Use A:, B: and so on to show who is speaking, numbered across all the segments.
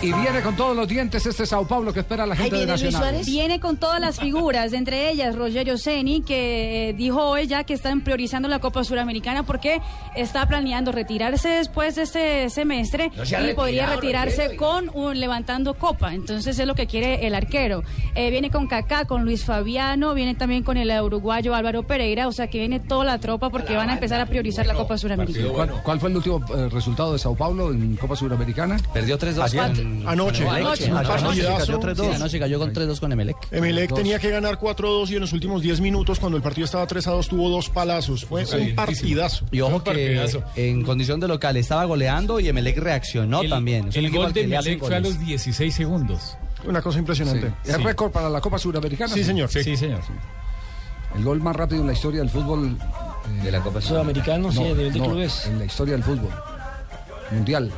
A: Y viene con todos los dientes este Sao Paulo que espera a la gente de
B: viene Luis
A: Nacional.
B: Suárez.
C: Viene con todas las figuras, entre ellas Rogerio Ceni, que eh, dijo hoy ya que están priorizando la Copa Suramericana porque está planeando retirarse después de este semestre
D: No
C: y
D: se ha
C: podría
D: retirado,
C: retirarse
D: Rogerio.
C: con un levantando copa. Entonces es lo que quiere el arquero. Eh, viene con Kaká, con Luis Fabiano, viene también con el uruguayo Álvaro Pereira, o sea que viene toda la tropa porque van a empezar a priorizar la Copa Suramericana.
A: ¿Cuál, cuál fue el último eh, resultado de Sao Paulo en Copa Suramericana?
E: Perdió 3-2 con
F: Anoche.
E: Anoche.
F: Un partidazo.
E: Sí, Anoche cayó con 3-2 con Emelec.
G: Em,
F: Emelec tenía que ganar 4-2 y en los últimos 10 minutos, cuando el partido estaba 3-2, tuvo dos palazos. Fue un partidazo.
E: Y ojo que en condición de local estaba goleando y Emelec reaccionó
G: el,
E: también. Es un
G: el
E: equipo
G: gol
E: al
G: de
E: que le hacen
G: Milek fue a
E: goles.
G: los 16 segundos.
F: Una cosa
A: Sí.
F: impresionante.
A: ¿Es récord para la Copa Suramericana?
F: Sí, señor.
G: Sí, señor.
A: El gol más rápido en la historia del fútbol. eh,
E: De la Copa
H: Sudamericano, sí, a nivel de
A: no,
H: clubes.
A: En la historia del fútbol mundial.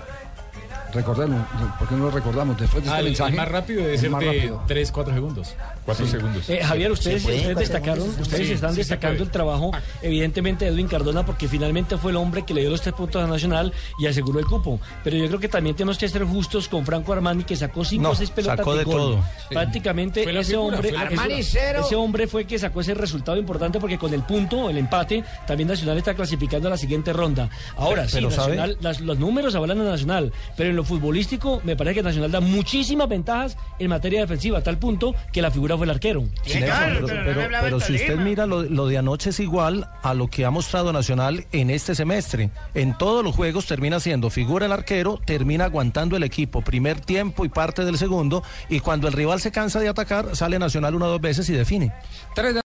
A: Recordemos, ¿por qué no lo recordamos? Después de
G: Ah,
A: este
G: el, el
A: mensaje.
G: más rápido
A: el
G: debe ser
A: más
G: de
A: rápido.
G: 3, 4 segundos. 4 segundos.
H: Eh, Javier, ustedes, ustedes destacaron, ustedes
G: Sí,
H: están
G: sí se
H: destacando
G: puede.
H: el trabajo, evidentemente, de Edwin Cardona, porque finalmente fue el hombre que le dio los tres puntos a Nacional y aseguró el cupo. Pero yo creo que también tenemos que ser justos con Franco Armani, que sacó cinco
E: No,
H: o seis pelotas
E: sacó de
H: gol.
E: todo.
H: Prácticamente
G: Fue la
H: ese
G: figura,
H: hombre,
G: fue la
D: Armani
H: ese-
D: cero.
H: ese hombre fue el que sacó ese resultado importante porque con el punto, el empate, también Nacional está clasificando a la siguiente ronda. Ahora sí,
E: Pero, ¿sabe?
H: Nacional, las- los números hablan a Nacional, pero en lo futbolístico me parece que Nacional da muchísimas ventajas en materia defensiva, a tal punto que la figura fue el arquero.
E: Sí, pero- pero-
I: Pero si usted mira lo, lo de anoche es igual a lo que ha mostrado Nacional en este semestre. En todos los juegos termina siendo figura el arquero, termina aguantando el equipo, primer tiempo y parte del segundo, y cuando el rival se cansa de atacar, sale Nacional una o dos veces y define.
A: Tres de